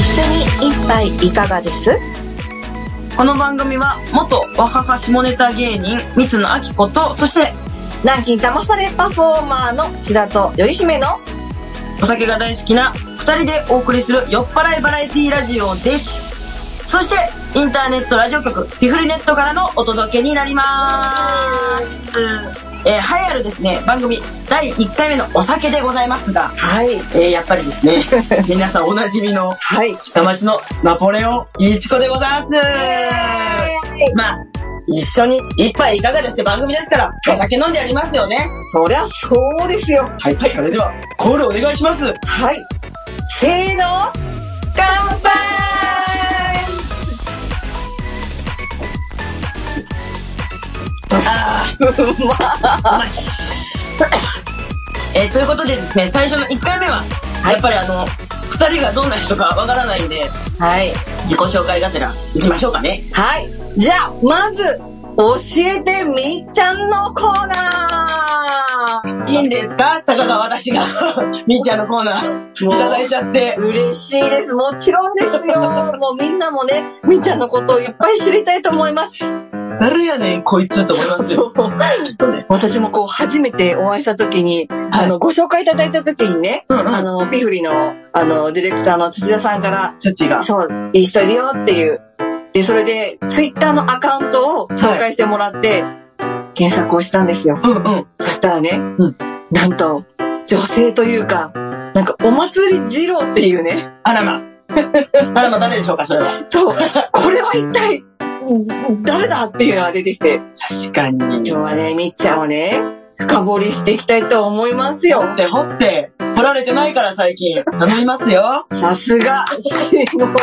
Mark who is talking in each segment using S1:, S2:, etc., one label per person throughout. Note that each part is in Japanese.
S1: 緒に一杯いかがです
S2: この番組は元わはは下ネタ芸人三野明子とそして
S1: 南京騙されパフォーマーの白戸よい姫の
S2: お酒が大好きな二人でお送りする酔っ払いバラエティラジオですそしてインターネットラジオ局ピフリネットからのお届けになりますえー、栄えあるですね番組第1回目のお酒でございますが、
S1: はい
S2: えー、やっぱりですね皆さんおなじみの
S1: はい
S2: 下町のナポレオンイチコでございますまあ一緒に一杯いかがですって番組ですからお酒飲んでやりますよね
S1: そりゃそうですよ
S2: はい、はい、それではコールお願いします
S1: はいせーの
S2: 乾杯ああ、うまし。えーということでですね、最初の1回目は、
S1: はい
S2: やっぱりあの、2人がどんな人かわからないんで、
S1: はい
S2: 自己紹介がてら行きましょうかね。
S1: はいじゃあまず教えてみっちゃんのコーナー
S2: いいんですかたかが私が、 みーちゃんのコーナー、いただいちゃって。
S1: 嬉しいです。もちろんです よ。もうみんなもね、みーちゃんのことをいっぱい知りたいと思います。
S2: 誰やねん、こいつと思いますよ。 きっとね。
S1: 私もこう初めてお会いした時に、
S2: い
S1: あの、ご紹介いただいた時にね、
S2: うんうん
S1: あの、ピフリの、あの、ディレクターの土田さんから、
S2: チャッチが。
S1: そう、いい人いるよっていう。で、それで、ツイッターのアカウントを紹介してもらって、検索をしたんですよ。
S2: うんうん。
S1: そしたらね、
S2: ん
S1: なんと、女性というか、なんか、お祭り二郎っていうね、
S2: あらま。あらま、誰でしょうか、それは。
S1: そう、これは一体、誰だっていうのが出てきて、
S2: 確かに。
S1: 今日はね、みっちゃんをね、深掘りしていきたいと思いますよ。
S2: で、掘って、掘られてないから最近。頼みますよ。
S1: さす が、下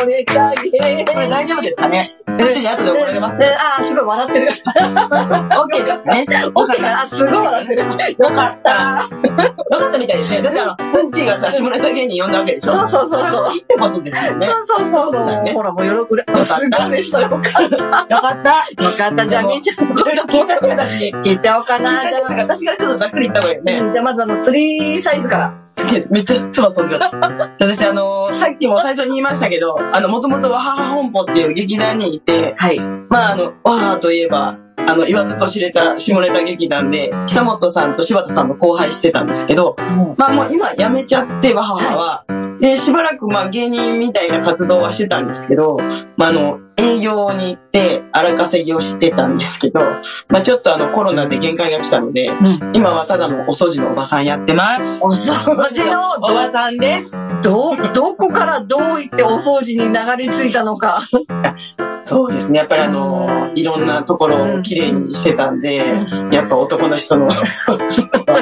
S1: ネタ芸
S2: これ大丈夫ですかねちょっと後で怒られます。
S1: ああ、すごい笑ってる。
S2: OK ですね。
S1: オッケー、あ、すごい笑ってる。よかった。
S2: 分かったみたいですね。だってあの、ツンチーがさ、下ネタ芸人呼んだわけでしょ
S1: そうそうそうそう
S2: いいってことですよね。
S1: そうそうそうそう。ほら、もう喜ぶ。すごいでした。よかった。よ
S2: よかった。
S1: かった。じゃあ、みーちゃん、
S2: いろいろ聞いちゃってたし。
S1: 聞いちゃおうかな。じゃ
S2: 私がちょっとざっくり言った方がいいよね。
S1: あ、じゃあまずあの、3サイズから。
S2: すげえ、めっちゃ唾飛んじゃった。 じゃあ私、あのーさっきも最初に言いましたけど、あの、もともとわはは本舗っていう劇団にいて、
S1: はい。
S2: まあ、あの、わははといえば、あの、言わずと知れた下ネタ劇団で、北本さんと柴田さんの後輩してたんですけど、まあもう今辞めちゃって、わははは。で、しばらくまあ芸人みたいな活動はしてたんですけど、まああの、営業に行って荒稼ぎをしてたんですけど、まあちょっとあのコロナで限界が来たので、
S1: ん
S2: 今はただのお掃除のおばさんやってます。
S1: お掃除
S2: おばさんです。
S1: の、ど、どこからどう行ってお掃除に流れ着いたのか。
S2: そうですね。やっぱりあの、いろんなところをきれいにしてたんで、やっぱ男の 人の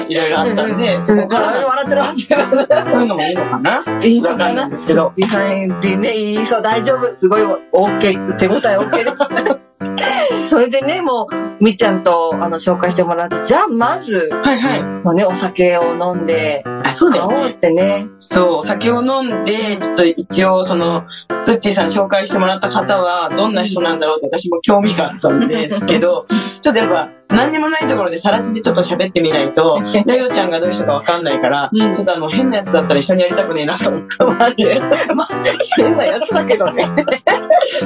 S2: いろいろあったんで、そこから
S1: 笑ってる、笑ってる。
S2: そういうのもいいのかなわ
S1: いいのか
S2: かんない
S1: なん
S2: ですけど。
S1: 実際にね、いいそう、大丈夫。すごい、OK。手応え OK です。それでね、もう、みっちゃんと、あの、紹介してもらって、じゃあ、まず、
S2: はいはい。
S1: そうね、お酒を飲んで、
S2: あ、そうだ
S1: 会
S2: よ
S1: お
S2: ね
S1: うってね。
S2: そう、お酒を飲んで、ちょっと一応、その、ツッチーさんに紹介してもらった方は、どんな人なんだろうって私も興味があったんですけど、ちょっとやっぱ、何にもないところでさら地でちょっと喋ってみないと、ラヨちゃんがどういう人かわかんないから、ちょっとあの、変なやつだったら一緒にやりたくねえなと思ったので、
S1: まあ、変なやつだけど ね。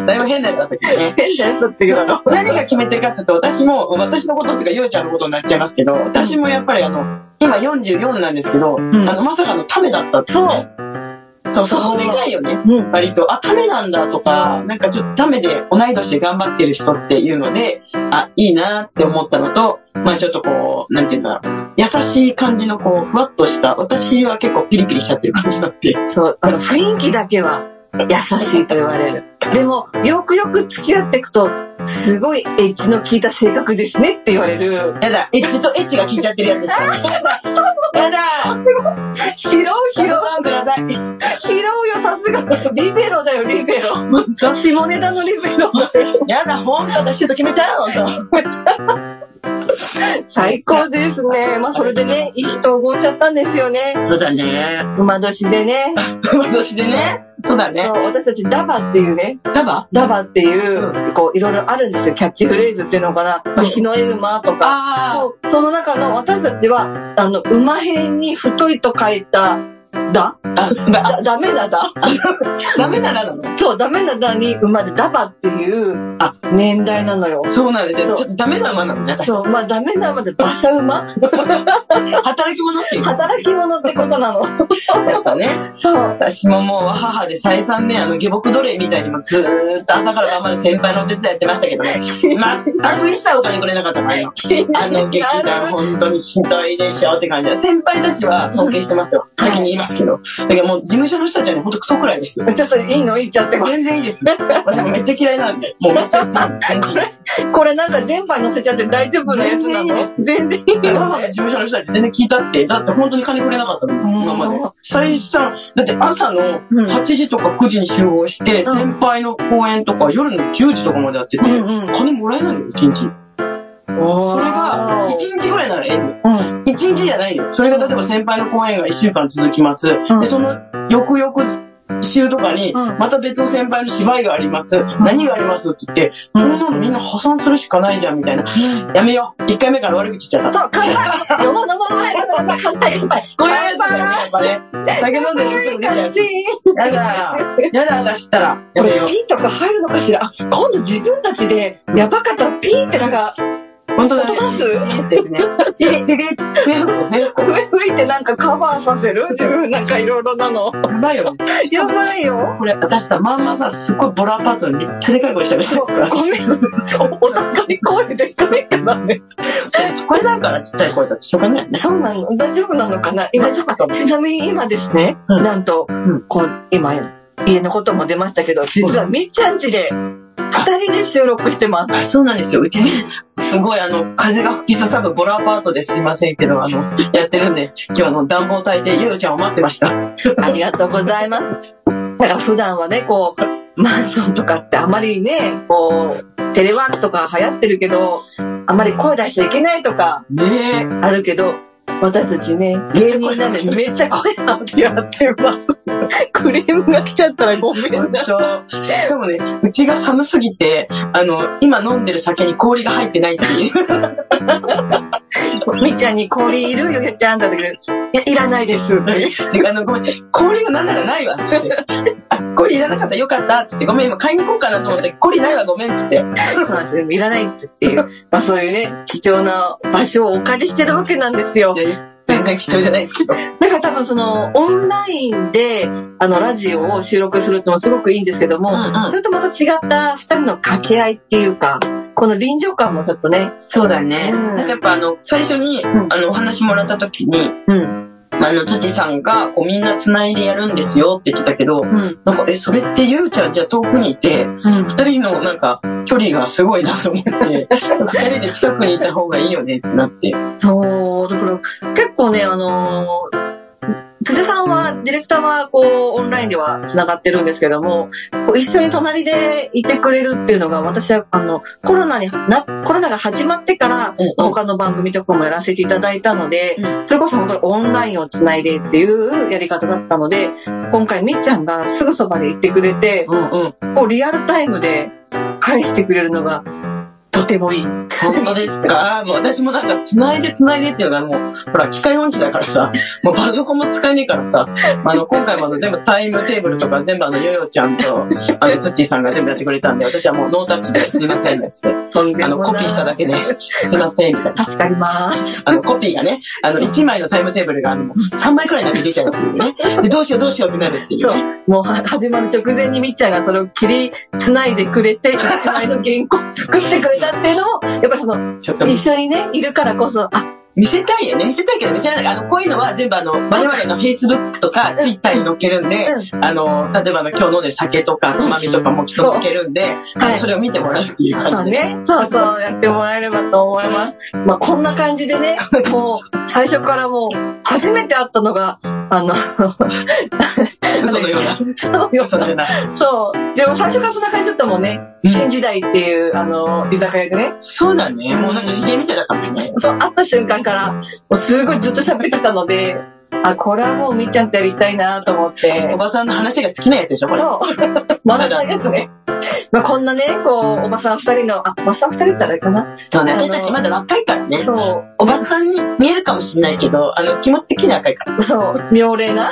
S2: だいぶ変なやつだったけどね。
S1: 変なやつだけ ど。
S2: 何が決め手かっていうと、私も、私のことっていうか、ゆうちゃんのことになっちゃいますけど、私もやっぱりあの、今44なんですけど、あの、まさかのためだったっていうね。そう、そこでかいよね。
S1: うん。
S2: 割と、あ、ためなんだとか、なんかちょっとためで同い年で頑張ってる人っていうので、あ、いいなって思ったのと、まあちょっとこう、なんていうんだろう。優しい感じのこう、ふわっとした、私は結構ピリピリしちゃってる感じなんで。
S1: そう、あの、雰囲気だけは、優しいと言われる。でも、よくよく付き合っていくと、すごいエッジの効いた性格ですねって言われる。
S2: やだ、エッジとエッジが効いちゃってるやつですね。やだ、
S1: 拾う拾
S2: 拾
S1: う。
S2: わんくださ い。
S1: 拾うよ、さすが。リベロだよ、リベロ。下ネタのリベロ。
S2: やだ、本当私ちょっと決めちゃうの
S1: 最高ですね。まあ、それでね、意気投合しちゃったんですよね。
S2: そうだね。
S1: 馬年でね。
S2: 私でね。そうだね
S1: そ。う、私たちダバっていうね、
S2: ダバ
S1: ダバっていう、こう、いろいろあるんですよ。キャッチフレーズっていうのかな。まあ、日の絵馬とか。
S2: あ
S1: そう、その中の私たちは、あの、馬編に太いと書いた、だ
S2: あ、だ
S1: だ、ダメなだ
S2: ダメならなの。
S1: そう、ダメなだに生まれダバっていう、あ、年代なのよ。
S2: そうなんです
S1: そう
S2: よ。ちょっとダメな馬なのね。私
S1: そう、まあダメなまで馬車馬
S2: 働き者っていうか。
S1: 働き者ってことなの。
S2: やっぱね。
S1: そう。
S2: 私ももう母で再三ね、あの、下僕奴隷みたいにもずーっと朝から晩まで先輩のお手伝いやってましたけどね。全く一切お金くれなかったから よ。あの劇団本当にひどいでしょって感じで。先輩たちは尊敬してますよ。
S1: はい
S2: 先に言いますけど。だけどもう事務所の人たちはね、ほんとクソくらいですよ。
S1: ちょっといいの言っちゃって。
S2: 全然いいです。私もめっちゃ嫌いなんで。もうめっちゃ。全然いいです
S1: これなんか電波に乗せちゃって大丈夫なやつなの全然いい
S2: だから
S1: の。
S2: 母が事務所の人たち全然聞いたって。だって本当に金くれなかったの。今まで
S1: うん。
S2: 最三だって朝の
S1: うん
S2: 8時とか9時に集合して、
S1: うん
S2: 先輩の公演とか夜の10時とかまでやってて、
S1: うんうん
S2: 金もらえないのよ、1日。それが、1日ぐらいならええの。
S1: うん。
S2: 1日じゃないよ。それが例えば先輩の公演が1週間続きます。
S1: ん
S2: で、その翌々週とかに、
S1: うん
S2: また別の先輩の芝居があります。何がありますって言って、
S1: う
S2: こ
S1: ん
S2: んなのみんな破産するしかないじゃん、みたいな。やめよう。1回目から悪口言っちゃった。
S1: そう、乾杯飲もう飲もう飲もう乾杯乾杯乾杯
S2: こういうやつだよね、やっぱね。酒飲んでるとすぐ出ちゃう。やだ、やだ、出したら。
S1: こ
S2: やめ
S1: れ
S2: よう。
S1: ピーとか入るのかしらあ、今度自分たちでやばかったらピーってなんか
S2: 本当だ
S1: 音
S2: ね。
S1: 出す
S2: ってね。
S1: ビリビリ
S2: 冷蔵庫、冷蔵庫。
S1: 上向いてなんかカバーさせる自分なんかいろいろなの。
S2: やばいよ。
S1: やばいよ。
S2: これ、私さ、まんまさ、すっごいボラアパートにめっちゃでかい声したみたい
S1: ご
S2: なさ。
S1: めん。お腹に声でかせっかなんで。
S2: 聞こえないから、ちっちゃい声だとしょうがないよね。
S1: そうなの大丈夫なのかな今、
S2: 大丈夫だと思う
S1: ちなみに今ですね、
S2: うん
S1: なんと、
S2: ん
S1: こう、今、家のことも出ましたけど、実はみっちゃんちで、二人で収録してます。
S2: あそうなんですよ。うちね、すごいあの、風が吹きすさぶボラアパートですいませんけど、あの、やってるんで、今日あの、暖房焚いて、ゆうちゃんを待ってました。
S1: ありがとうございます。だから普段はね、こう、マンションとかってあまりね、こう、テレワークとか流行ってるけど、あまり声出しちゃいけないとか
S2: ねえ。
S1: あるけど、私たちね、芸人なんでめっちゃ声張ってやってます。クレームが来ちゃったらごめん
S2: 本
S1: なさい。
S2: 当しかもね、うちが寒すぎて、あの、今飲んでる酒に氷が入ってないっていう。
S1: みっちゃんに氷いるよ、ゆっちゃんだけど、いや、いらないです。
S2: であの、ごめん、氷がなんならないわ、 つって。あ、氷いらなかった、よかった、つって。ごめん、今買いに行こうかなと思って、氷ないわ、ごめん、つって。
S1: そうなんですよ。いらないっていう、まあそういうね、貴重な場所をお借りしてるわけなんですよ。
S2: 前回貴重じゃないですけど。
S1: だから多分その、オンラインで、あの、ラジオを収録するってもすごくいいんですけども、
S2: うんうん
S1: それとまた違った二人の掛け合いっていうか、この臨場感もちょっとね、
S2: そうだね。
S1: うん
S2: なんかやっぱあの、最初に、
S1: ん
S2: あの、お話もらった時に、
S1: うん、
S2: まああの、辻さんが、こう、みんな繋いでやるんですよって言ってたけど、
S1: うん、
S2: なんか、え、それってゆうちゃんじゃあ遠くにいて、二人のなんか、距離がすごいなと思って、二人で近くにいた方がいいよねってなって。
S1: そう、だから結構ね、あのー、辻さんは、ディレクターは、こう、オンラインでは繋がってるんですけども、こう一緒に隣でいてくれるっていうのが、私は、あの、コロナにな、コロナが始まってから、
S2: うんうん
S1: 他の番組とかもやらせていただいたので、
S2: う
S1: それこそ本当にオンラインをつないでっていうやり方だったので、今回みっちゃんがすぐそばに行ってくれて、
S2: うんうん。
S1: こうリアルタイムで返してくれるのがとてもいい。
S2: 本当ですかもう私もなんか、繋いで繋いでっていうのがもう、ほら、機械音痴だか らさ、もうパソコンも使えねえからさ、あの、今回もあの、全部タイムテーブルとか全部あの、ヨヨちゃんと、 あの、ツッチーさんが全部やってくれたんで、私はもうノータッチですいません、つって。
S1: とんで
S2: あの、
S1: もない
S2: コピーしただけで、すいません、みたいな。
S1: 助かります。
S2: あの、コピーがね、あの、1枚のタイムテーブルが、あの、3枚くらいになって出ちゃうっていうね。で、どうしようどうしようってなるっていう、ね。
S1: そう。もうは始まる直前にみっちゃんがそれを切り繋いでくれて、一枚の原稿作ってくれたっていうの も、やっぱりその、
S2: ちょっと
S1: 一緒にね、いるからこそ、あ、
S2: 見せたいよね。見せたいけど見せられない。あの、こういうのは全部あの、我々の Facebook と か Twitter に載っけるんで、
S1: う
S2: あの、例えばあの今日飲んでる酒とかつまみとかもきっと載っけるんで、
S1: はい
S2: それを見てもらうっていう
S1: そう
S2: 感じで。
S1: ね。そうそう、やってもらえればと思います。まあ、こんな感じ でね、もう、最初からもう、初めて会ったのが、あの、
S2: 嘘のような。
S1: そうよ
S2: 嘘のような。
S1: そう。でも最初からそんな感じだったもんね。
S2: うん
S1: 新時代っていう、あの、居酒屋でね。
S2: そうだね。もうなんか知り合いみたいだったもんね。
S1: そう、会った瞬間から、もうすごいずっと喋ってたので、あ、これはもうみっちゃんとやりたいなと思っ
S2: お
S1: て。
S2: ばさんの話が尽きないやつでしょ、これ。
S1: そう。まだないやつね。まあ、こんなね、こう、おばさん二人の、あ、おばさん二人ってあれかな。
S2: そうね。
S1: あの
S2: 私たちまだ若いからね。
S1: そう。
S2: おばさんに見えるかもしれないけど、あの、気持ち的には若いから。
S1: そう、妙齢な、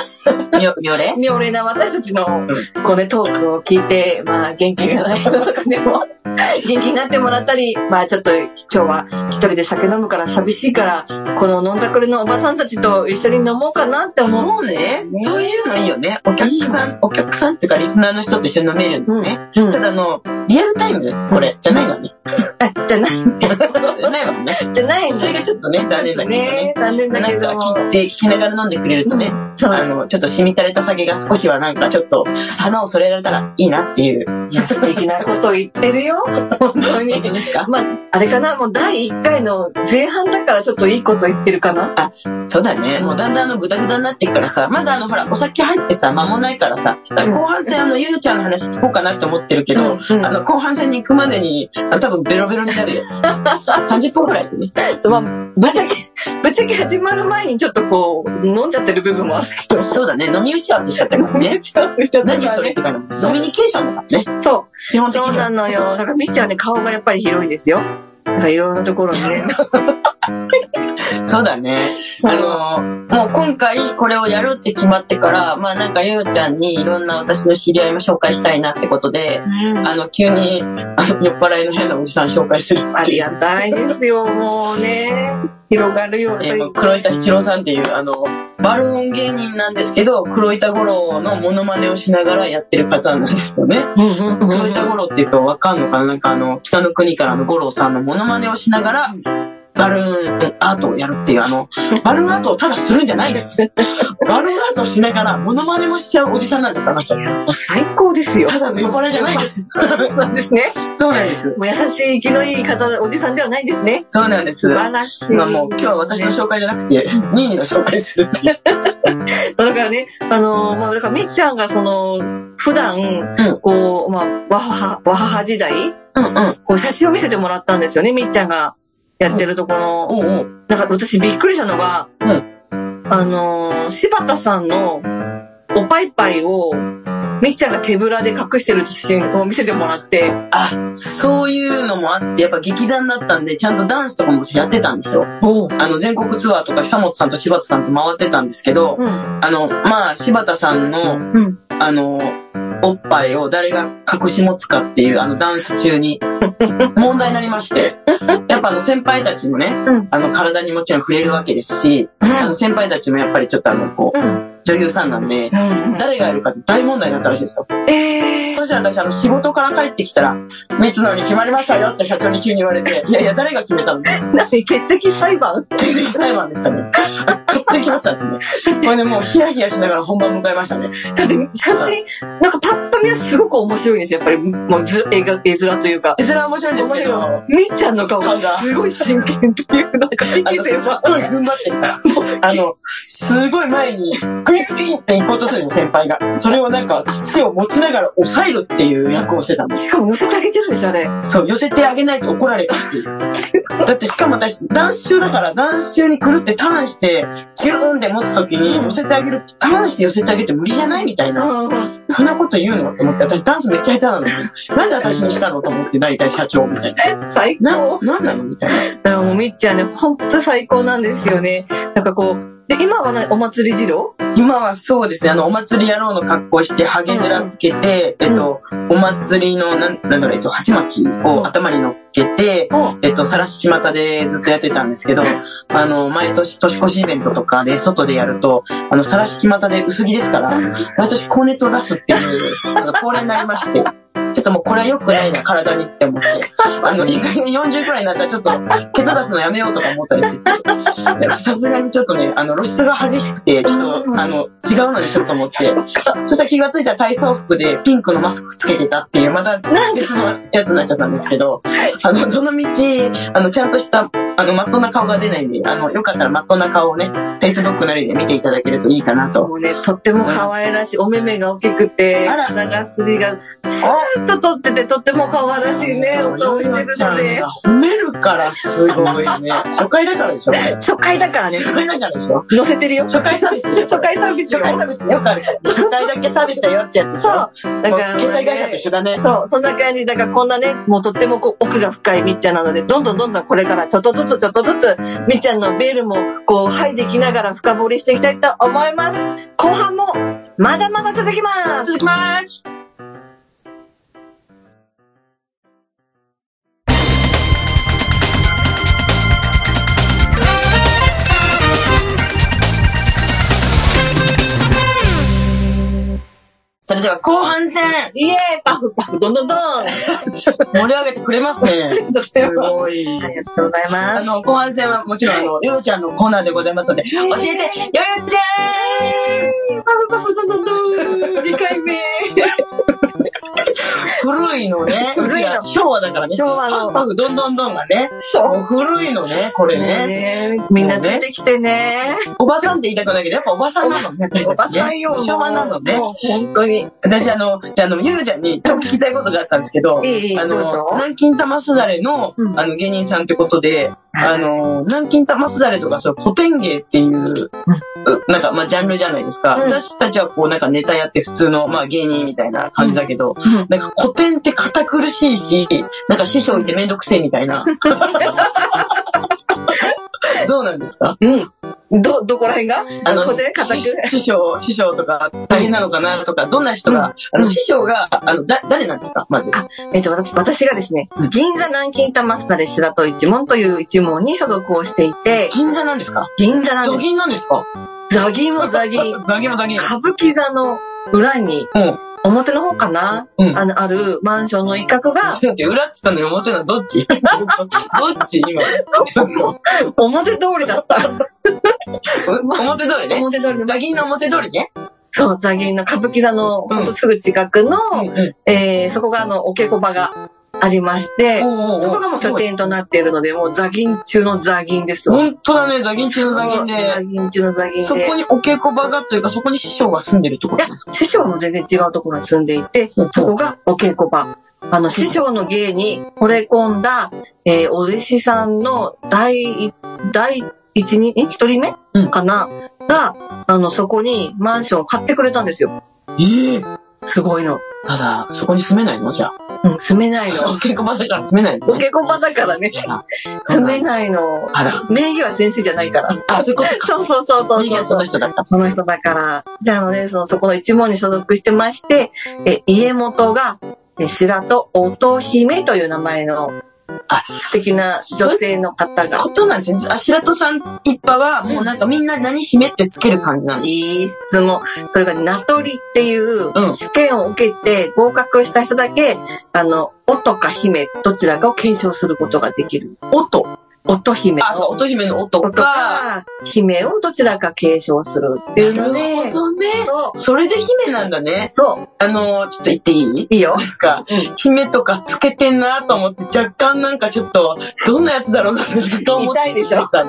S2: 妙妙齢
S1: 妙齢な私たちの
S2: ん、
S1: こうね、トークを聞いて、まあ、元気がない人とかでも、 元気になってもらったり、まあ、ちょっと今日は一人で酒飲むから寂しいから、この飲んだくれのおばさんたちと一緒に飲もうかなって思う。
S2: そうね。
S1: ね
S2: そういうのいいよね。お客さん、お客さんっていうかリスナーの人と一緒に飲めるんだね。
S1: うん
S2: ただあの、リアルタイムこれ、じゃないのね。
S1: あじゃない、
S2: ないもんね。
S1: じゃない
S2: それがちょっとね、残念だけどね
S1: ね。。残念だ
S2: な
S1: け
S2: んか
S1: ど。
S2: 聞いて、聞きながら飲んでくれるとね、
S1: そう
S2: あの、ちょっとしみたれた酒が少しはなんかちょっと、花を添えられたらいいなっていう。
S1: いや、素敵なこと言ってるよ。本当
S2: いい
S1: に。
S2: ですか
S1: まあ、あれかな、もう第1回の前半だからちょっといいこと言ってるかな。
S2: そうだね。もうだんだんあの、ぐだぐだになっていくからさ、まだあの、ほら、お酒入ってさ、間もないからさ、だから後半戦あの、ゆうちゃんの話聞こうかなって思ってるけど、
S1: うん
S2: あの、後半戦に行くまでに、あの多分ベロベロになる やつ。30分くらいでね。
S1: まあ、ぶっちゃけ、ぶっちゃけ始まる前にちょっとこう、飲んじゃってる部分もあるけど。
S2: そうだね。飲み打ち合わせしちゃったからね。 何それってかの飲みニケーションだからね。
S1: そ
S2: 基本
S1: う。
S2: 的
S1: そう
S2: に
S1: な
S2: は。
S1: のよ。だから、みっちゃんはね、顔がやっぱり広いですよ。なんかいろんなところにね。
S2: そうだね。
S1: そう
S2: あの、もう今回これをやるって決まってから、まあなんかゆうちゃんにいろんな私の知り合いも紹介したいなってことで、あの、急にあの酔っ払いの変なおじさん紹介する
S1: あ
S2: って
S1: り
S2: いう。
S1: がたいですよ、もうね。広がるよう
S2: えー
S1: に。
S2: 黒板七郎さんっていう、あの、バルーン芸人なんですけど、黒板五郎のモノマネをしながらやってる方なんですよね。
S1: うんうんうん
S2: 黒板五郎って言うとわかんのかななんかあの、北の国からの五郎さんのモノマネをしながら、バルーンアートをやるっていう、あの、バルーンアートをただするんじゃないです。 バルーンアートをしながら、モノマネもしちゃうおじさんなんです、あの人。
S1: もう最高ですよ。
S2: ただの呼ばれじゃないです。
S1: なんですね。
S2: そうなんです。
S1: もう優しい、気のいい方、おじさんではないんですね。
S2: そうなんです
S1: 素。晴らしい。
S2: まあもう今日は私の紹介じゃなくて、ニーニーの紹介するっていう。
S1: だからね、あのーまあだからみっちゃんがその、普段、
S2: ん
S1: こう、まあ、わはは、わはは時代、
S2: うんうん。
S1: こう写真を見せてもらったんですよね、みっちゃんがやってるところの。
S2: おうおう。
S1: なんか私びっくりしたのが、
S2: う
S1: あのー柴田さんのおぱいぱいを、みっちゃんが手ぶらで隠してる写真を見せてもらって、
S2: あ、そういうのもあって、やっぱ劇団だったんで、ちゃんとダンスとかもやってたんですよ。あの、全国ツアーとか久本さんと柴田さんと回ってたんですけど、
S1: うん。
S2: あの、まあ、柴田さんの、
S1: うん
S2: あの、おっぱいを誰が隠し持つかっていう、あの、ダンス中 に、問題になりまして、やっぱあの、先輩たちもね、
S1: うん
S2: あの、体にもちろん触れるわけですし、あの、先輩たちもやっぱりちょっとあの、こ
S1: うん。
S2: う、女優さんなんで、
S1: うん。
S2: 誰がやるかって大問題になったらしいですよ。
S1: えー
S2: そしたら私、あの、仕事から帰ってきたら、三つのに決まりましたよって社長に急に言わ れて、いやいや、誰が決めたの
S1: 何血液裁判
S2: 定席裁判でしたね。勝手に決まってたんですよね。これでもうヒヤヒヤしながら本番迎えましたね。
S1: だって写真、なんかパッと見はすごく面白いんですよ。やっぱり、もうず絵が、絵面というか。
S2: 絵面は面白いんですけど、
S1: みっちゃんの顔がすごい真剣っていう、なんか真
S2: あ
S1: 剣
S2: の、
S1: 先輩。
S2: 踏ん張ってるから。あの、すごい前に、クイックイって行こうとするんですよ、先輩が。それをなんか、土を持ちながら抑えるっていう役をしてたんです。
S1: しかも乗せてあげてるんでしょ、あれ。
S2: そう、寄せてあげないと怒られたっていう。だってしかも私、ダンス中だから、ダンス中にくるってターンして、キューンって持つときに寄せてあげる、ターンして寄せてあげるって無理じゃないみたいな。
S1: うん。
S2: そんなこと言うのと思って、私ダンスめっちゃ下手なのに、なんで私にしたのと思って、大体社長みたい
S1: 最
S2: な。
S1: 高。
S2: な、なんなのみたいな。
S1: だからもうみっちゃんね、ほんと最高なんですよね。なんかこう、で、今はね、お祭り二郎
S2: 今はそうですね、あの、お祭り野郎の格好して、ハゲ面つけて、
S1: ん
S2: えっと、お祭りの、なん、なんだろう、えっと、鉢巻きを頭に乗っけて、
S1: を、
S2: えっと、さらしき股でずっとやってたんですけど、あの、毎年年越しイベントとかで外でやると、あの、さらしき股で薄着ですから、毎年高熱を出すっていう、なんか恒例になりまして、ちょっともうこれは良くないな、体にって思って、あの、意外に40くらいになったらちょっと、ケツ出すのやめようとか思ったりして、でもさすがにちょっとね、あの、露出が激しくて、ちょっと、あの、違うのでしょと思って、そしたら気がついたら体操服でピンクのマスクつけてたっていう、また別のやつになっちゃったんですけど、あの、どの道、あの、ちゃんとしたあの、まっとうな顔が出ないんで、あの、よかったらまっとうな顔をね、Facebook なりで見ていただけるといいかなと。
S1: もう ね、とっても可愛らしい、お目目が大きくて、
S2: あら
S1: 鼻がすりが、スーッと撮ってて、とっても可愛らしいね、お顔してる
S2: ちゃ
S1: の
S2: ん
S1: で。
S2: が褒めるからすごい ね。初回だからでしょこれ
S1: 初回だからね、
S2: 初回だからでしょ
S1: 載せてるよ。
S2: 初回サービスでしょ
S1: 初回サービスよ。
S2: 初回サービスよくあるから。初回だけサービスだよってやつでし
S1: そ
S2: ょ
S1: う。だ
S2: もう
S1: から、
S2: 携帯会社と一緒だね。
S1: そう、そんな感じ。だからこんなね、もうとってもこう奥が深いみっちゃんなので、どんどんどんどんこれからちょっとずつちょっとずつ、みっちゃんのベールもこう、はいできながら深掘りしていきたいと思います。後半も、まだまだ続きます。
S2: 続きます。それでは後半戦
S1: イエーイパフパフ、どんどんどんあ
S2: 盛り上げてくれますね。
S1: りがとうござい
S2: す
S1: ます。
S2: ごい。
S1: ありがとうござい
S2: あ
S1: ます。
S2: の、後半戦はもちろん、あの、りょうちゃんのコーナーでございますので、教えて、りょうちゃん
S1: パフパフ、どんどんどん !2 回目
S2: 古いのね。
S1: 古いの
S2: うちは昭和だからね。
S1: 昭和の
S2: パフパフどんどんどんがね。
S1: そう
S2: もう古いのね、これね。
S1: ねみんなついてきてね。
S2: おばさんって言いたくないけど、やっぱおばさんなのね、私
S1: お
S2: た
S1: ば
S2: ちね
S1: さんよ。
S2: 昭和なのね。
S1: もう本当に。
S2: 私、あの、じゃあ、あの、ゆうちゃんにちょっと聞きたいことがあったんですけど、
S1: いいいい
S2: あ
S1: どうぞ
S2: の、南京玉すだれの
S1: う、ん
S2: あの、芸人さんってことで、あの、南京玉すだれとか、そう、古典芸っていう、なんか、まあ、ジャンルじゃないですか。
S1: うん
S2: 私たちはこう、なんかネタやって普通の、まあ、芸人みたいな感じだけど、
S1: ん
S2: なんか古典って堅苦しいし、なんか師匠いてめんどくせえみた いな。どうなんですか
S1: うん。ど、どこら辺が
S2: あの、
S1: ここで固く
S2: し師匠、師匠とか大変なのかなとか、どんな人が、あ
S1: うん
S2: の、師匠が、あの、だ、誰なんですかまず。
S1: あえっと、私、私がですね
S2: うん、
S1: 銀座南京玉すだれ白戸一門という一門に所属をしていて、
S2: 銀座なんですか
S1: 銀座なん
S2: 座
S1: です。
S2: 銀なんですか
S1: ザギもザギ、
S2: 座銀も座銀。
S1: 歌舞伎座の裏に、
S2: うん。
S1: 表の方かな
S2: うん。
S1: あの、あるマンションの一角が、
S2: ちょっと待って、裏って言ったのに表なのどっ ちどっち今。ちょっと
S1: 表通りだった。
S2: 表通りね。
S1: 表通りの。
S2: 座銀の表通りね。
S1: そう、ザギの歌舞伎座の、
S2: うん
S1: ほんとすぐ近くの、
S2: うん。
S1: えー、そこがあの、お稽古場がありまして、
S2: おうおうおう
S1: そこがもう拠点となっているので、もうザギン中のザギンですわ。
S2: 本当だね、座銀中の座銀で。
S1: ザギン中のザギンで。
S2: そこにお稽古場がというか、そこに師匠が住んでるってこ
S1: いや
S2: とです、か
S1: 師匠も全然違うところに住んでいて、そこがお稽古場。あの、師匠の芸に惚れ込んだ、えーお弟子さんの第一、第一人、え一人目
S2: うん
S1: かなが、あの、そこにマンションを買ってくれたんですよ。
S2: ええ
S1: すごいの。
S2: ただ、そこに住めないのじゃあ。
S1: うん、住めない
S2: お
S1: の。
S2: 稽古場だから住めない
S1: お
S2: のね。
S1: 稽古場だからね、住めないの。
S2: あら。
S1: 名義は先生じゃないから。
S2: あ、そういうことか。
S1: そうそうそうそう
S2: 人間その人だった。
S1: その人だから。なので、その、そこの一門に所属してまして、え、家元が、え、白戸乙姫という名前の
S2: あ、
S1: 素敵な女性の方が
S2: こ。となんですね。あ、白戸さん一派は、もうなんかみんな何姫ってつける感じなんで
S1: いい質問。それが、名取っていう
S2: う、ん
S1: 試験を受けて合格した人だけ、あの、乙か姫、どちらかを検証することができる。
S2: 音。
S1: 乙姫
S2: あ、そう、
S1: の。
S2: 音姫の音
S1: 乙
S2: か。
S1: か、姫をどちらか継承するっていうの
S2: なる
S1: で
S2: ほ、どね。
S1: そ
S2: それで姫なんだね
S1: う、。そ、
S2: あのー、ちょっと言っていいう
S1: いいよ。
S2: なんか、姫とかつけてんなと思って、若干なんかちょっと、どんなやつだろうなって若干思って
S1: 痛いでしょ
S2: た。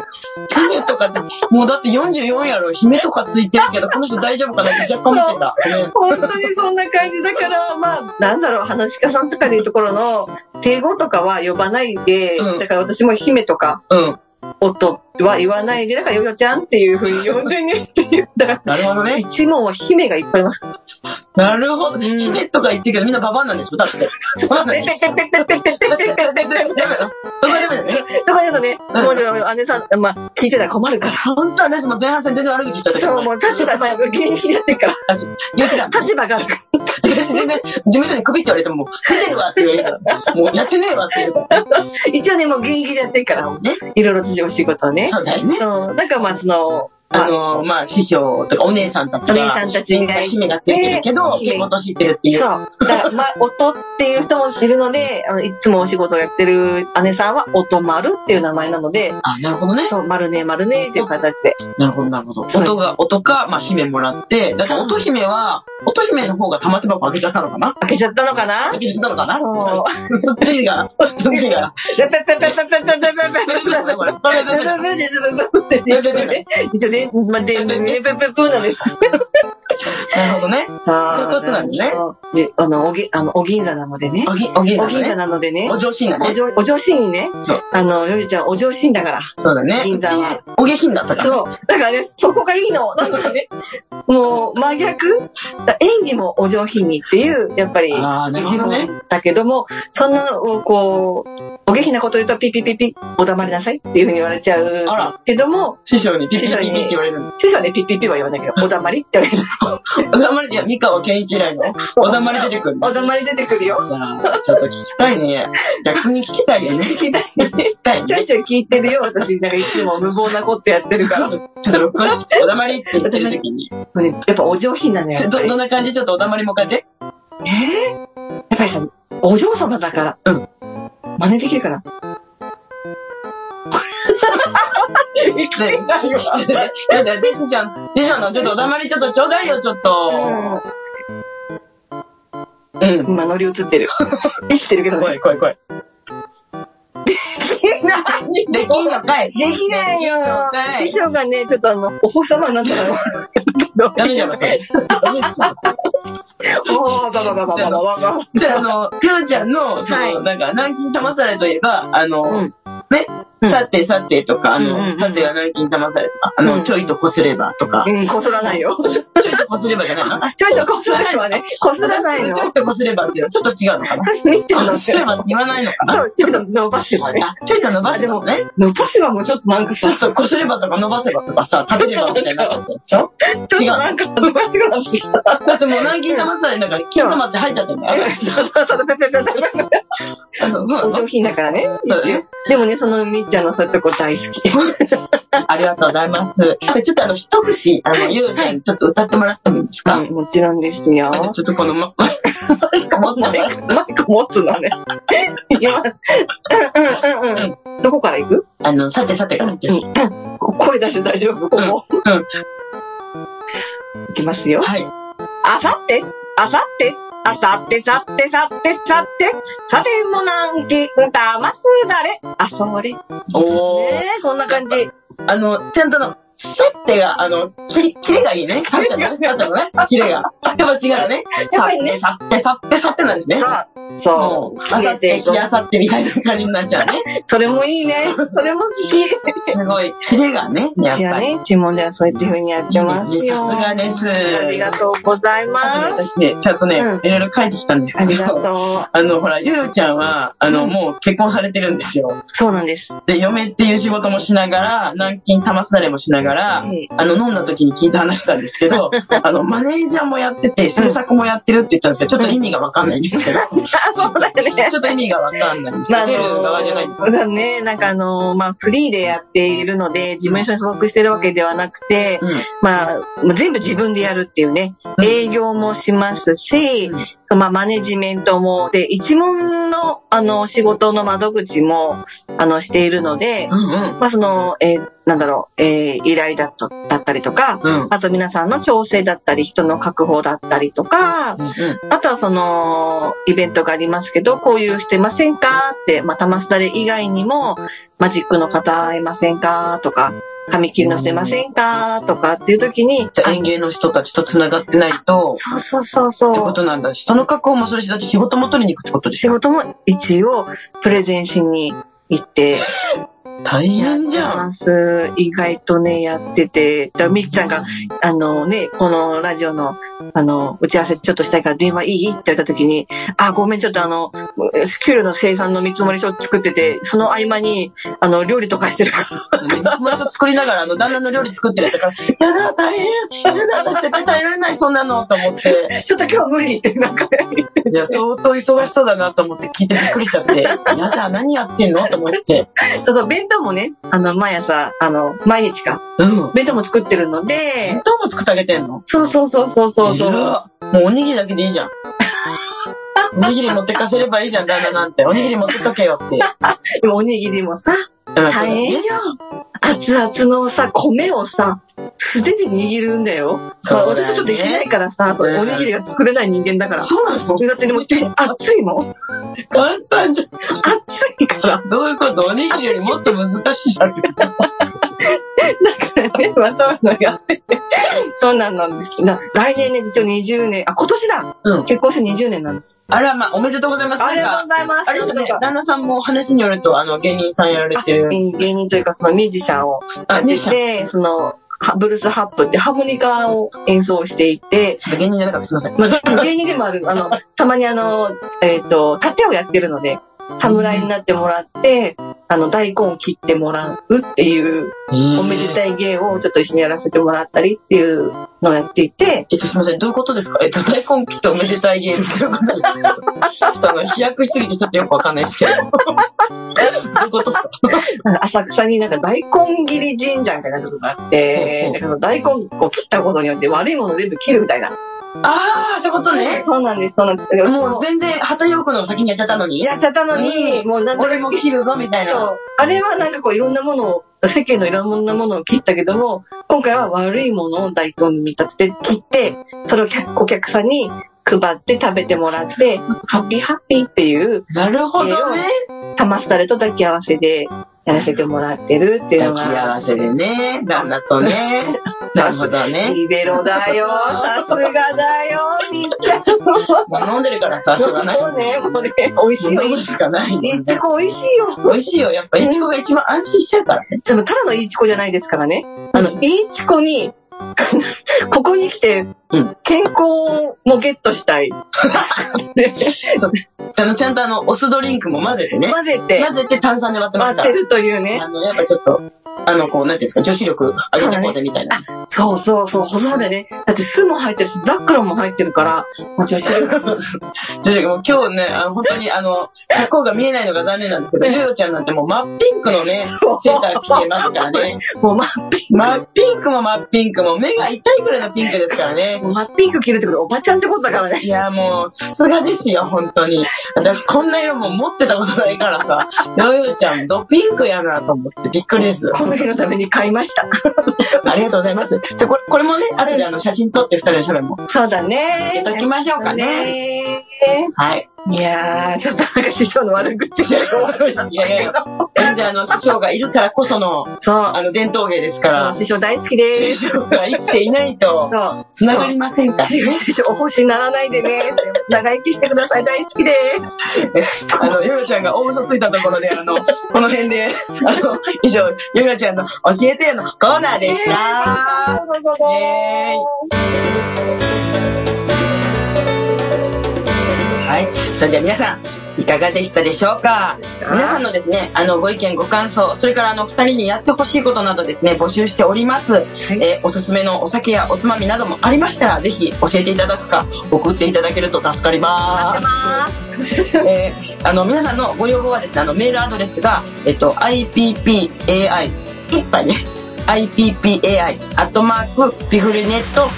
S2: 姫とかつ、もうだって44やろ、姫とかついてるけど、この人大丈夫かなって若干思ってた。ね
S1: 本当にそんな感じだから、まあ、なんだろう、話し家さんとかでいうところの、敬語とかは呼ばないで、
S2: うん
S1: だから私も姫とか、
S2: うん。
S1: 夫は言わないで、だからヨヨちゃんっていうふうに呼んでねっていう。だか
S2: なるほど
S1: ら、
S2: ね。
S1: 一問は姫がいっぱいいます。
S2: なるほど。
S1: ん
S2: 姫とか言ってるけど、みんなババアなんでしょだって。そうなん
S1: ペ
S2: で
S1: ペ
S2: しょ
S1: ペペペペペペペペペペペ
S2: ダメだ。そこはダメだね。
S1: そこだとね、もうちろん姉さん、まあ、聞いてたら困るから。
S2: 本当は私も前半戦全然悪口言っちゃったけど。
S1: そう、もう立場、まあ、現役やってるから、
S2: 言ってた。
S1: 立場があるから。
S2: 私でね、事務所にクビって言われても、もう出てるわって言われるから。もうやってねえわって言うから。
S1: 一応ね、もう現役でやってるから、
S2: ね。
S1: いろいろ私お仕事をね。
S2: そうだよね。
S1: そう、だからまあその、
S2: あの、まあ、師匠とかお姉さんたち
S1: お
S2: が、
S1: 姉さんたちがいて
S2: 姫がついてるけど、結構年いってるっていう。
S1: そう。だから、まあ、夫っていう人もいるので、あの、いつもお仕事をやってる姉さんは、音丸っていう名前なので、
S2: あ、なるほどね。
S1: そう、丸ね、丸ねっていう形で。
S2: なるほど、なるほど。
S1: そう
S2: 音が、音か、まあ、姫もらって、だから音姫は、音姫の方が玉手箱開けちゃったのかな
S1: 開けちゃったのかな
S2: 開けちゃったのかな
S1: そ
S2: そっちが、そっちが。
S1: ペペペペペペペペペペペペ
S2: これこれこれ
S1: 一応ね、まあ、で、ね、ぷぷぷなんです。
S2: なるほどね。
S1: で、あの、おぎ、あの、お銀座なのでね。
S2: おぎ、おぎ
S1: お
S2: だ
S1: 銀座
S2: ね。
S1: なのでね
S2: お。上品だ
S1: お
S2: ね。
S1: 上、お上品にね。あの、よりちゃん、お上品だから。
S2: そうだね。
S1: 銀座は
S2: うち。お下品だったから。
S1: そう。だからね、そこがいいの。なんかね、もう、真逆演技もお上品にっていう、やっぱり、
S2: ああ、なるほ
S1: 一
S2: ど
S1: 部
S2: ね。
S1: だけども、そんな、こう、お下品なこと言うと、ピピピピ、お黙りなさいっていうふうに言われちゃう
S2: あら、
S1: けども、
S2: 師匠にピッピッピッピッって言われるの。
S1: 師匠はね、ピッピッピは言わないけど、お黙りって言われる。
S2: おだまりで、三河健一以来の、 おだまり出てくるの。
S1: お黙り出てくるよ。
S2: じゃあちょっと聞きたいね。逆に聞きたいよね。
S1: 聞きたい
S2: 聞きたいね。
S1: ちょいちょい聞いてるよ、私。なんかいつも無謀なことやってるから。
S2: ちょっと録画して、おだまりって言ってる時に。
S1: もうねやっぱお上品なのよ。
S2: ち
S1: や
S2: ょ
S1: っぱ
S2: ど、
S1: り
S2: どんな感じちょっとおだまりもう一回やって。
S1: えーやっぱりさ、お嬢様だから。。
S2: うん
S1: 真似できるかな
S2: ねちょっと待ってで、師匠、師匠のちょっとおだまりちょっとちょうだいよ、ちょっと。うん。
S1: 今乗り移って る。生きてるけど
S2: 怖
S1: ね。
S2: い怖い怖い。
S1: 何
S2: できんのかい
S1: できないよ
S2: できんのか。い
S1: 師匠がね、ちょっとあの、お星様になったの。
S2: ダメじゃん、それ。ダメですよ
S1: おー、ババババババババ。
S2: じゃあ、あの、かよちゃんの、そ
S1: はい
S2: の、なんか、軟禁騙されといえば、あの、
S1: うん
S2: ね
S1: うん、
S2: さてさてとか、あ
S1: うんうんう
S2: の、
S1: ん
S2: さては軟禁騙されとか、あ
S1: う
S2: の、
S1: ん
S2: ちょいとこすればとか、
S1: うん、こすらないよ。
S2: ちょいとこすればじゃないの
S1: ちょいとこすらないわね。こすらないの。
S2: ちょいとこすればっていうのはちょっと違うのかな
S1: それ見ちゃうの
S2: こ
S1: って
S2: すればって言わないのかな
S1: そう、ちょっと伸ばせばね。
S2: あちょいと伸ばせばね。
S1: 伸ばせばもうちょっとなんか
S2: ち
S1: さ
S2: ょ、っとこすればとか伸ばせばとか さ、食べればみたいになっちゃったでしょ
S1: ちょっとなんか恥ずかしくなってきた。
S2: だってもう軟禁騙されなんか、金玉って入っちゃってんだよ。
S1: そうそうそう、ペペペペペ
S2: あのそう
S1: お上品だからね。
S2: そうだね
S1: でもね、そのみっちゃんのそういうとこ大好き。
S2: ありがとうございます。じゃあちょっとあの、一節、あの、ゆうちゃん、ちょっと歌ってもらってもいいですか、
S1: うんもちろんですよ。
S2: あちょっとこの、ま、 持ってね。
S1: マイク持つのね。いきます。うんうんうんうん。どこから行く
S2: あの、さてさてから言ってほしい
S1: 声出して大丈夫ここ。
S2: うんうん
S1: いきますよ。
S2: はい。
S1: あさって、あさって、あさって、さって、さって、さって、さてもなんき、たますだれ、あそれ。ね
S2: おー。
S1: え、こんな感じ。
S2: あの、ちゃんとあの、さてが、あの、き、キレがいいね。さてがね、さてのね、キレが。やっぱ違うね。
S1: やっ
S2: さ
S1: ぱり
S2: て、
S1: ね
S2: さて、さて、さてなんですね。
S1: そう。そう。
S2: もう、あさって、日あさってみたいな感じになっちゃうね。
S1: それもいいね。それも好き。
S2: すごい。キレがね、やっ
S1: じゃ
S2: ぱ
S1: あ
S2: り。
S1: ね、注文ではそういうふうにやってます
S2: いいで
S1: よ。
S2: すねさすがです
S1: ありがとうございま
S2: あとね
S1: す。
S2: 私ね、ちゃんとね
S1: うん、
S2: いろいろ書いてきたんです
S1: あ
S2: け
S1: りが
S2: ど、
S1: とう。
S2: あの、ほら、ゆうちゃんは、あの、
S1: うん
S2: もう結婚されてるんですよ。
S1: そうなんです。
S2: で、嫁っていう仕事もしながら、軟禁玉すだれもしながら、
S1: うん
S2: あの、飲んだ時に聞いた話なんですけ ど、あの、マネージャーもやってて、制作もやってるって言ったんですけど、ちょっと意味がわかんないんですけど、
S1: あ、そうだよね
S2: ち。ょっと意味がわかんないんですけど、出る側じゃないんです
S1: そうだね。なんかあのーまあ、フリーでやっているので、事務所に所属してるわけではなくて、
S2: うん
S1: まあ、もう全部自分でやるっていうね。
S2: うん
S1: 営業もしますし、まあ、マネジメントも、で、一問の、あの、仕事の窓口も、あの、しているので、
S2: うん
S1: まあ、その、えーなんだろう、えー依頼だとだったりとか、
S2: うん。うん。
S1: あと皆さんの調整だったり、人の確保だったりとか、
S2: うん。
S1: あとはその、イベントがありますけど、こういう人いませんかって、まあ、玉すだれ以外にも、マジックの方いませんかとか、髪切りの人いませんかとかっていう時に、
S2: じゃあ園芸の人たちと繋がってないと
S1: あ、そうそうそうそ
S2: ってこ
S1: う。
S2: となんだ。人の確保もするし、だって仕事も取りに行くってことでし
S1: 仕
S2: ょ。
S1: 事も一応、プレゼンしに行って、
S2: 大変じゃん。
S1: ます。意外とね、やってて、だからみっちゃんが、あのね、このラジオの、あの、打ち合わせちょっとしたいから電話いいって言った時に、あ、ごめん、ちょっとあの、給料の生産の見積もり書作ってて、その合間に、あの、料理とかしてるから、
S2: 友達を作りながら、あの、旦那の料理作ってるってから、や だ、大変、やだ、私絶対耐えられない、そんなの、と思って。
S1: ちょっと今日無理って、なんか、
S2: いや、相当忙しそうだなと思って聞いてびっくりしちゃって、やだ、何やってんのと思って。
S1: そうそう、弁当もね、あの、毎朝、あの、毎日か、
S2: うん。
S1: 弁当も作ってるので
S2: 弁、当も作ってあげてんの
S1: そうそうそうそうそうそう。
S2: 偉っもうおにぎりだけでいいじゃん。 おにぎり持ってかせればいいじゃん、旦那なんて。おにぎり持ってとけよって。
S1: でもおにぎりもさ、
S2: 大
S1: 大変よ。熱々のさ、米をさ、素手で握るんだよ。
S2: そうだね
S1: 私ちょっとできないからさ、そう
S2: うん
S1: おにぎりが作れない人間だから。
S2: そうなの
S1: だってでも、手熱いもん。
S2: 簡単じ
S1: 熱いから。
S2: ゃん。 どういうことおにぎりよりもっと難しいじゃん。
S1: だからね、わざわざやってて。そうなんなんです。な来年ね、実は20年、あ、今年だ、
S2: うん
S1: 結婚して20年なんです。
S2: あら、まあ、おめでとうございます。
S1: ありがと
S2: な
S1: うんござ
S2: か
S1: います。
S2: あれです
S1: なん
S2: ね
S1: か、
S2: 旦那さんも話によると、あの、芸人さんやられてる
S1: あ。芸人というか、そのミュージシャンを
S2: あ、
S1: で
S2: でした。ちょ
S1: その、ハブルースハップってハーモニカを演奏してい て、
S2: っと芸人じゃなかった。すいません。
S1: まあ、芸人でもある、あの、たまにあの、えっ、と、盾をやってるので、侍になってもらって、あの、大根を切ってもらうっていう、おめで
S2: い。
S1: たい芸をちょっと一緒にやらせてもらったりっていうのをやっていて、
S2: えっと、すいません。どういうことですかえ っと、大根切っておめでたい芸人っていうことですかちょっとちょっとあの、飛躍しすぎてちょっとよくわかんない ですけど。どういうことですか
S1: なんか浅草になんか大根切り神社みたいなとこがあっ
S2: ほ
S1: て
S2: うほう、
S1: なんかその大根を切ったことによって悪いもの全部切るみたいな。
S2: ああ、そういうことね。
S1: そうなんです、そうなんです。だから
S2: も
S1: も
S2: う
S1: う、
S2: 全然、旗よくのが先にやっちゃったのに。
S1: やっちゃったのに、もうなんか
S2: 俺も切るぞ、みたい
S1: そ
S2: な。
S1: う。あれはなんかこういろんなものを、世間のいろんなものを切ったけども、今回は悪いものを大根に見立てて切って、それを客お客さんに配って食べてもらって、ハッピーハッピーっていう、
S2: なるほどね。
S1: 玉すたれと抱き合わせでやらせてもらってるっていうの
S2: 抱き合
S1: が。
S2: わせでね、旦那と ね。なるほどね。
S1: リベロだよ、さすがだよ、みっちゃん。
S2: まあ飲んでるからさ、しょうがない。
S1: そうね、もうね、美味しいよ。
S2: 飲む
S1: い
S2: しかないよね。
S1: ちこ美味しいよ。
S2: 美味しいよ。やっぱ、いちごが一番安心しちゃうからね。
S1: でもただのいいちこじゃないですからね。あの、いいちこに、 ここに来て
S2: うん、
S1: 健康もゲットしたい。
S2: あの、ちゃんとあの、お酢ドリンクも混ぜてね。
S1: 混ぜて、
S2: 混ぜて炭酸で割ってま
S1: 待
S2: すか
S1: って
S2: ら。
S1: るというね。
S2: あの、やっぱちょっと、あの、こう、なんていうんですか、女子力上げてこうぜみたいな。
S1: そうそうそう、細でね。だって酢も入ってるし、ザックラも入ってるから、もう女子 力。
S2: 女子力、もう今日ね、あの、本当にあの、格好が見えないのが残念なんですけど、ゆうよちゃんなんてもう真っピンクのね、セーター着てますから ね。
S1: もうマ
S2: 真っピンクも真っピンクも、目が痛いぐらいのピンクですからね。
S1: マッピンク着るってことはおばちゃんってことだからね。
S2: いや、もう、さすがですよ、本当に。私、こんな色も持ってたことないからさ、ヨヨちゃん、ドピンクやなと思って、びっくりです。
S1: この日のために買いました。
S2: ありがとうございます。じゃあこれ、これもね、後であの、写真撮って二人の写メも、
S1: そうだね。
S2: 入れときましょうかね。
S1: ね
S2: はい。
S1: いやー、ちょっとなんか師匠の悪口じゃ
S2: いやいやいや、全然あの、師匠がいるからこその、
S1: そう。
S2: あの、伝統芸ですから、
S1: 師匠大好きで
S2: 師
S1: す。
S2: 匠が生きていないと、
S1: そう。
S2: つながりませんから
S1: 師匠、師匠お星にならないでね。長生きしてください。大好きです。
S2: あの、ヨヨちゃんが大嘘ついたところで、あの、この辺で、あの、以上、ヨヨちゃんの教えてのコーナーでした。
S1: どうぞどうぞ
S2: イエはい。それでは皆さん、いかがでしたでしょうか皆さんのですね、あの、ご意見、ご感想、それからあの、二人にやってほしいことなどですね、募集しております。えーおすすめのお酒やおつまみなどもありましたら、ぜひ教えていただくか、送っていただけると助かります。えーあの、皆さんのご要望はですね、あの、メールアドレスが、えっと、IPPAI、いっぱいね、IPPAI、アットマーク、ピフルネット、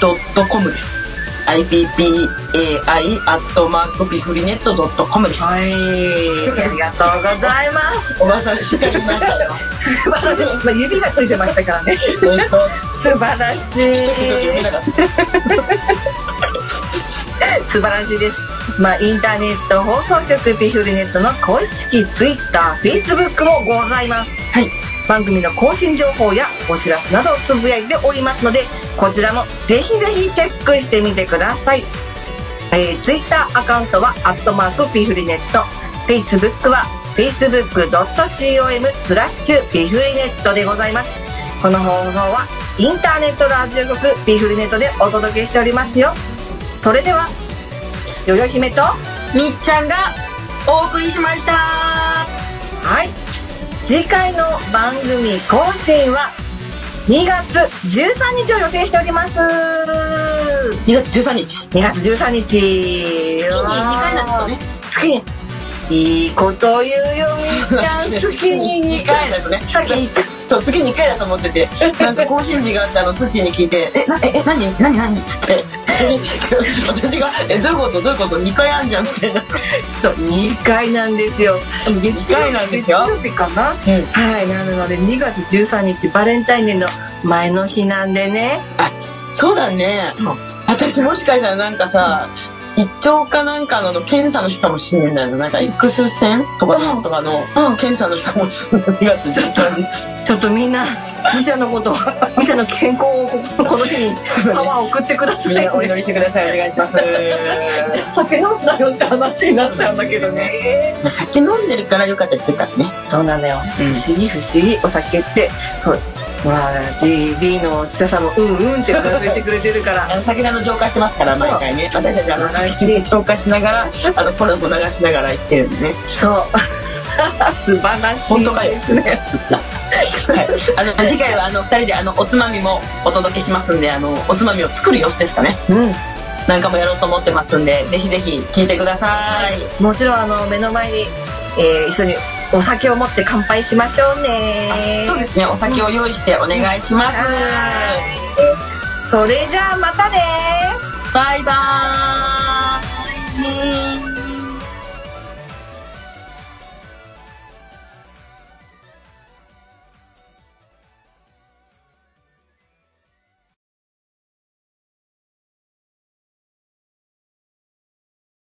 S2: ドットコムです。IPPAI、アットマーク、ピフルネット、ドットコムです。
S1: はい。ありがとうござい ます。
S2: おばさん、しっかり言いま したよ。
S1: 素晴らしい。まあ、指がついてましたからね。
S2: えっと、ちょっと
S1: 素晴らし
S2: 読め
S1: い。
S2: なかった。
S1: 素晴らしいです。まあ、インターネット放送局ピフルネットの公式ツイッター、フェイスブックもございます。
S2: はい。
S1: 番組の更新情報やお知らせなどをつぶやいておりますので、こちらもぜひぜひチェックしてみてください。えー、ツイッターアカウントは、アットマークピフリネット。フェイスブックは、facebook.com スラッシュピフリネットでございます。この放送は、インターネットラジオ局ピフリネットでお届けしておりますよ。それでは、よよ姫と、
S2: みっちゃんがお送りしました
S1: はい。次回の番組更新は2月13日を予定しております。2
S2: 2月13日
S1: 月13日。
S3: に2回なんですよね。
S1: 月に。いいこと言うよ、みーちゃん。月に2
S2: 2
S1: 回
S2: 回。だとね。
S1: さっき言っ
S2: そう、次2回だと思ってて、なんか更新日があって、あの、土に聞いて、え、な、え、え、なに、なに、なにって言って、 私が、え、どういうことどういうこと ?2 回あんじゃんみたいな。そう。
S1: 2回なんですよ。月
S2: 二回なんですよ
S1: 月曜日かな
S2: うん。
S1: はい。なので、2月13日、バレンタインデーの前の日なんでね。
S2: そうだね。
S1: そう
S2: 私もしかしたらなんかさ、一丁かなんかのあの検査の日かもしれないの。なんか X 線とか
S1: う
S2: の
S1: ん
S2: とかの
S1: うん
S2: 検査の日かもしれない。2月13日。
S1: ちょっとみんな、みーちゃんのこと、みーちゃんの健康をここの日にパワーを送ってください
S2: みん
S1: ね
S2: な。お祈りしてください。お願い します。
S1: じゃあ酒飲んだよって話になっちゃうんだけどね。
S2: まあ酒飲んでるから良かったりするからね。
S1: そうなのよ。不思議不思議、お酒って。そうまあ、D, D の千田さんも、うんうんってうなずいてくれてるから。
S2: あの先ほど浄化してますから
S1: そう
S2: 毎回ね私たちあの先浄化しながらあのコラボ流しながら生きてるんでね
S1: そう。 素晴らしい。
S2: 本当かよ、そうっすかはい、あの次回はあの2人であのおつまみもお届けしますんであのおつまみを作る様子ですかね
S1: う
S2: なんかもやろうと思ってますんでぜひぜひ聞いてください
S1: ん。もちろん、あの、目の前に、えー一緒にお酒を持って乾杯しましょうね。
S2: そうですねお酒を用意してお願いします
S1: はーいそれじゃあ、またね
S2: バイバーイ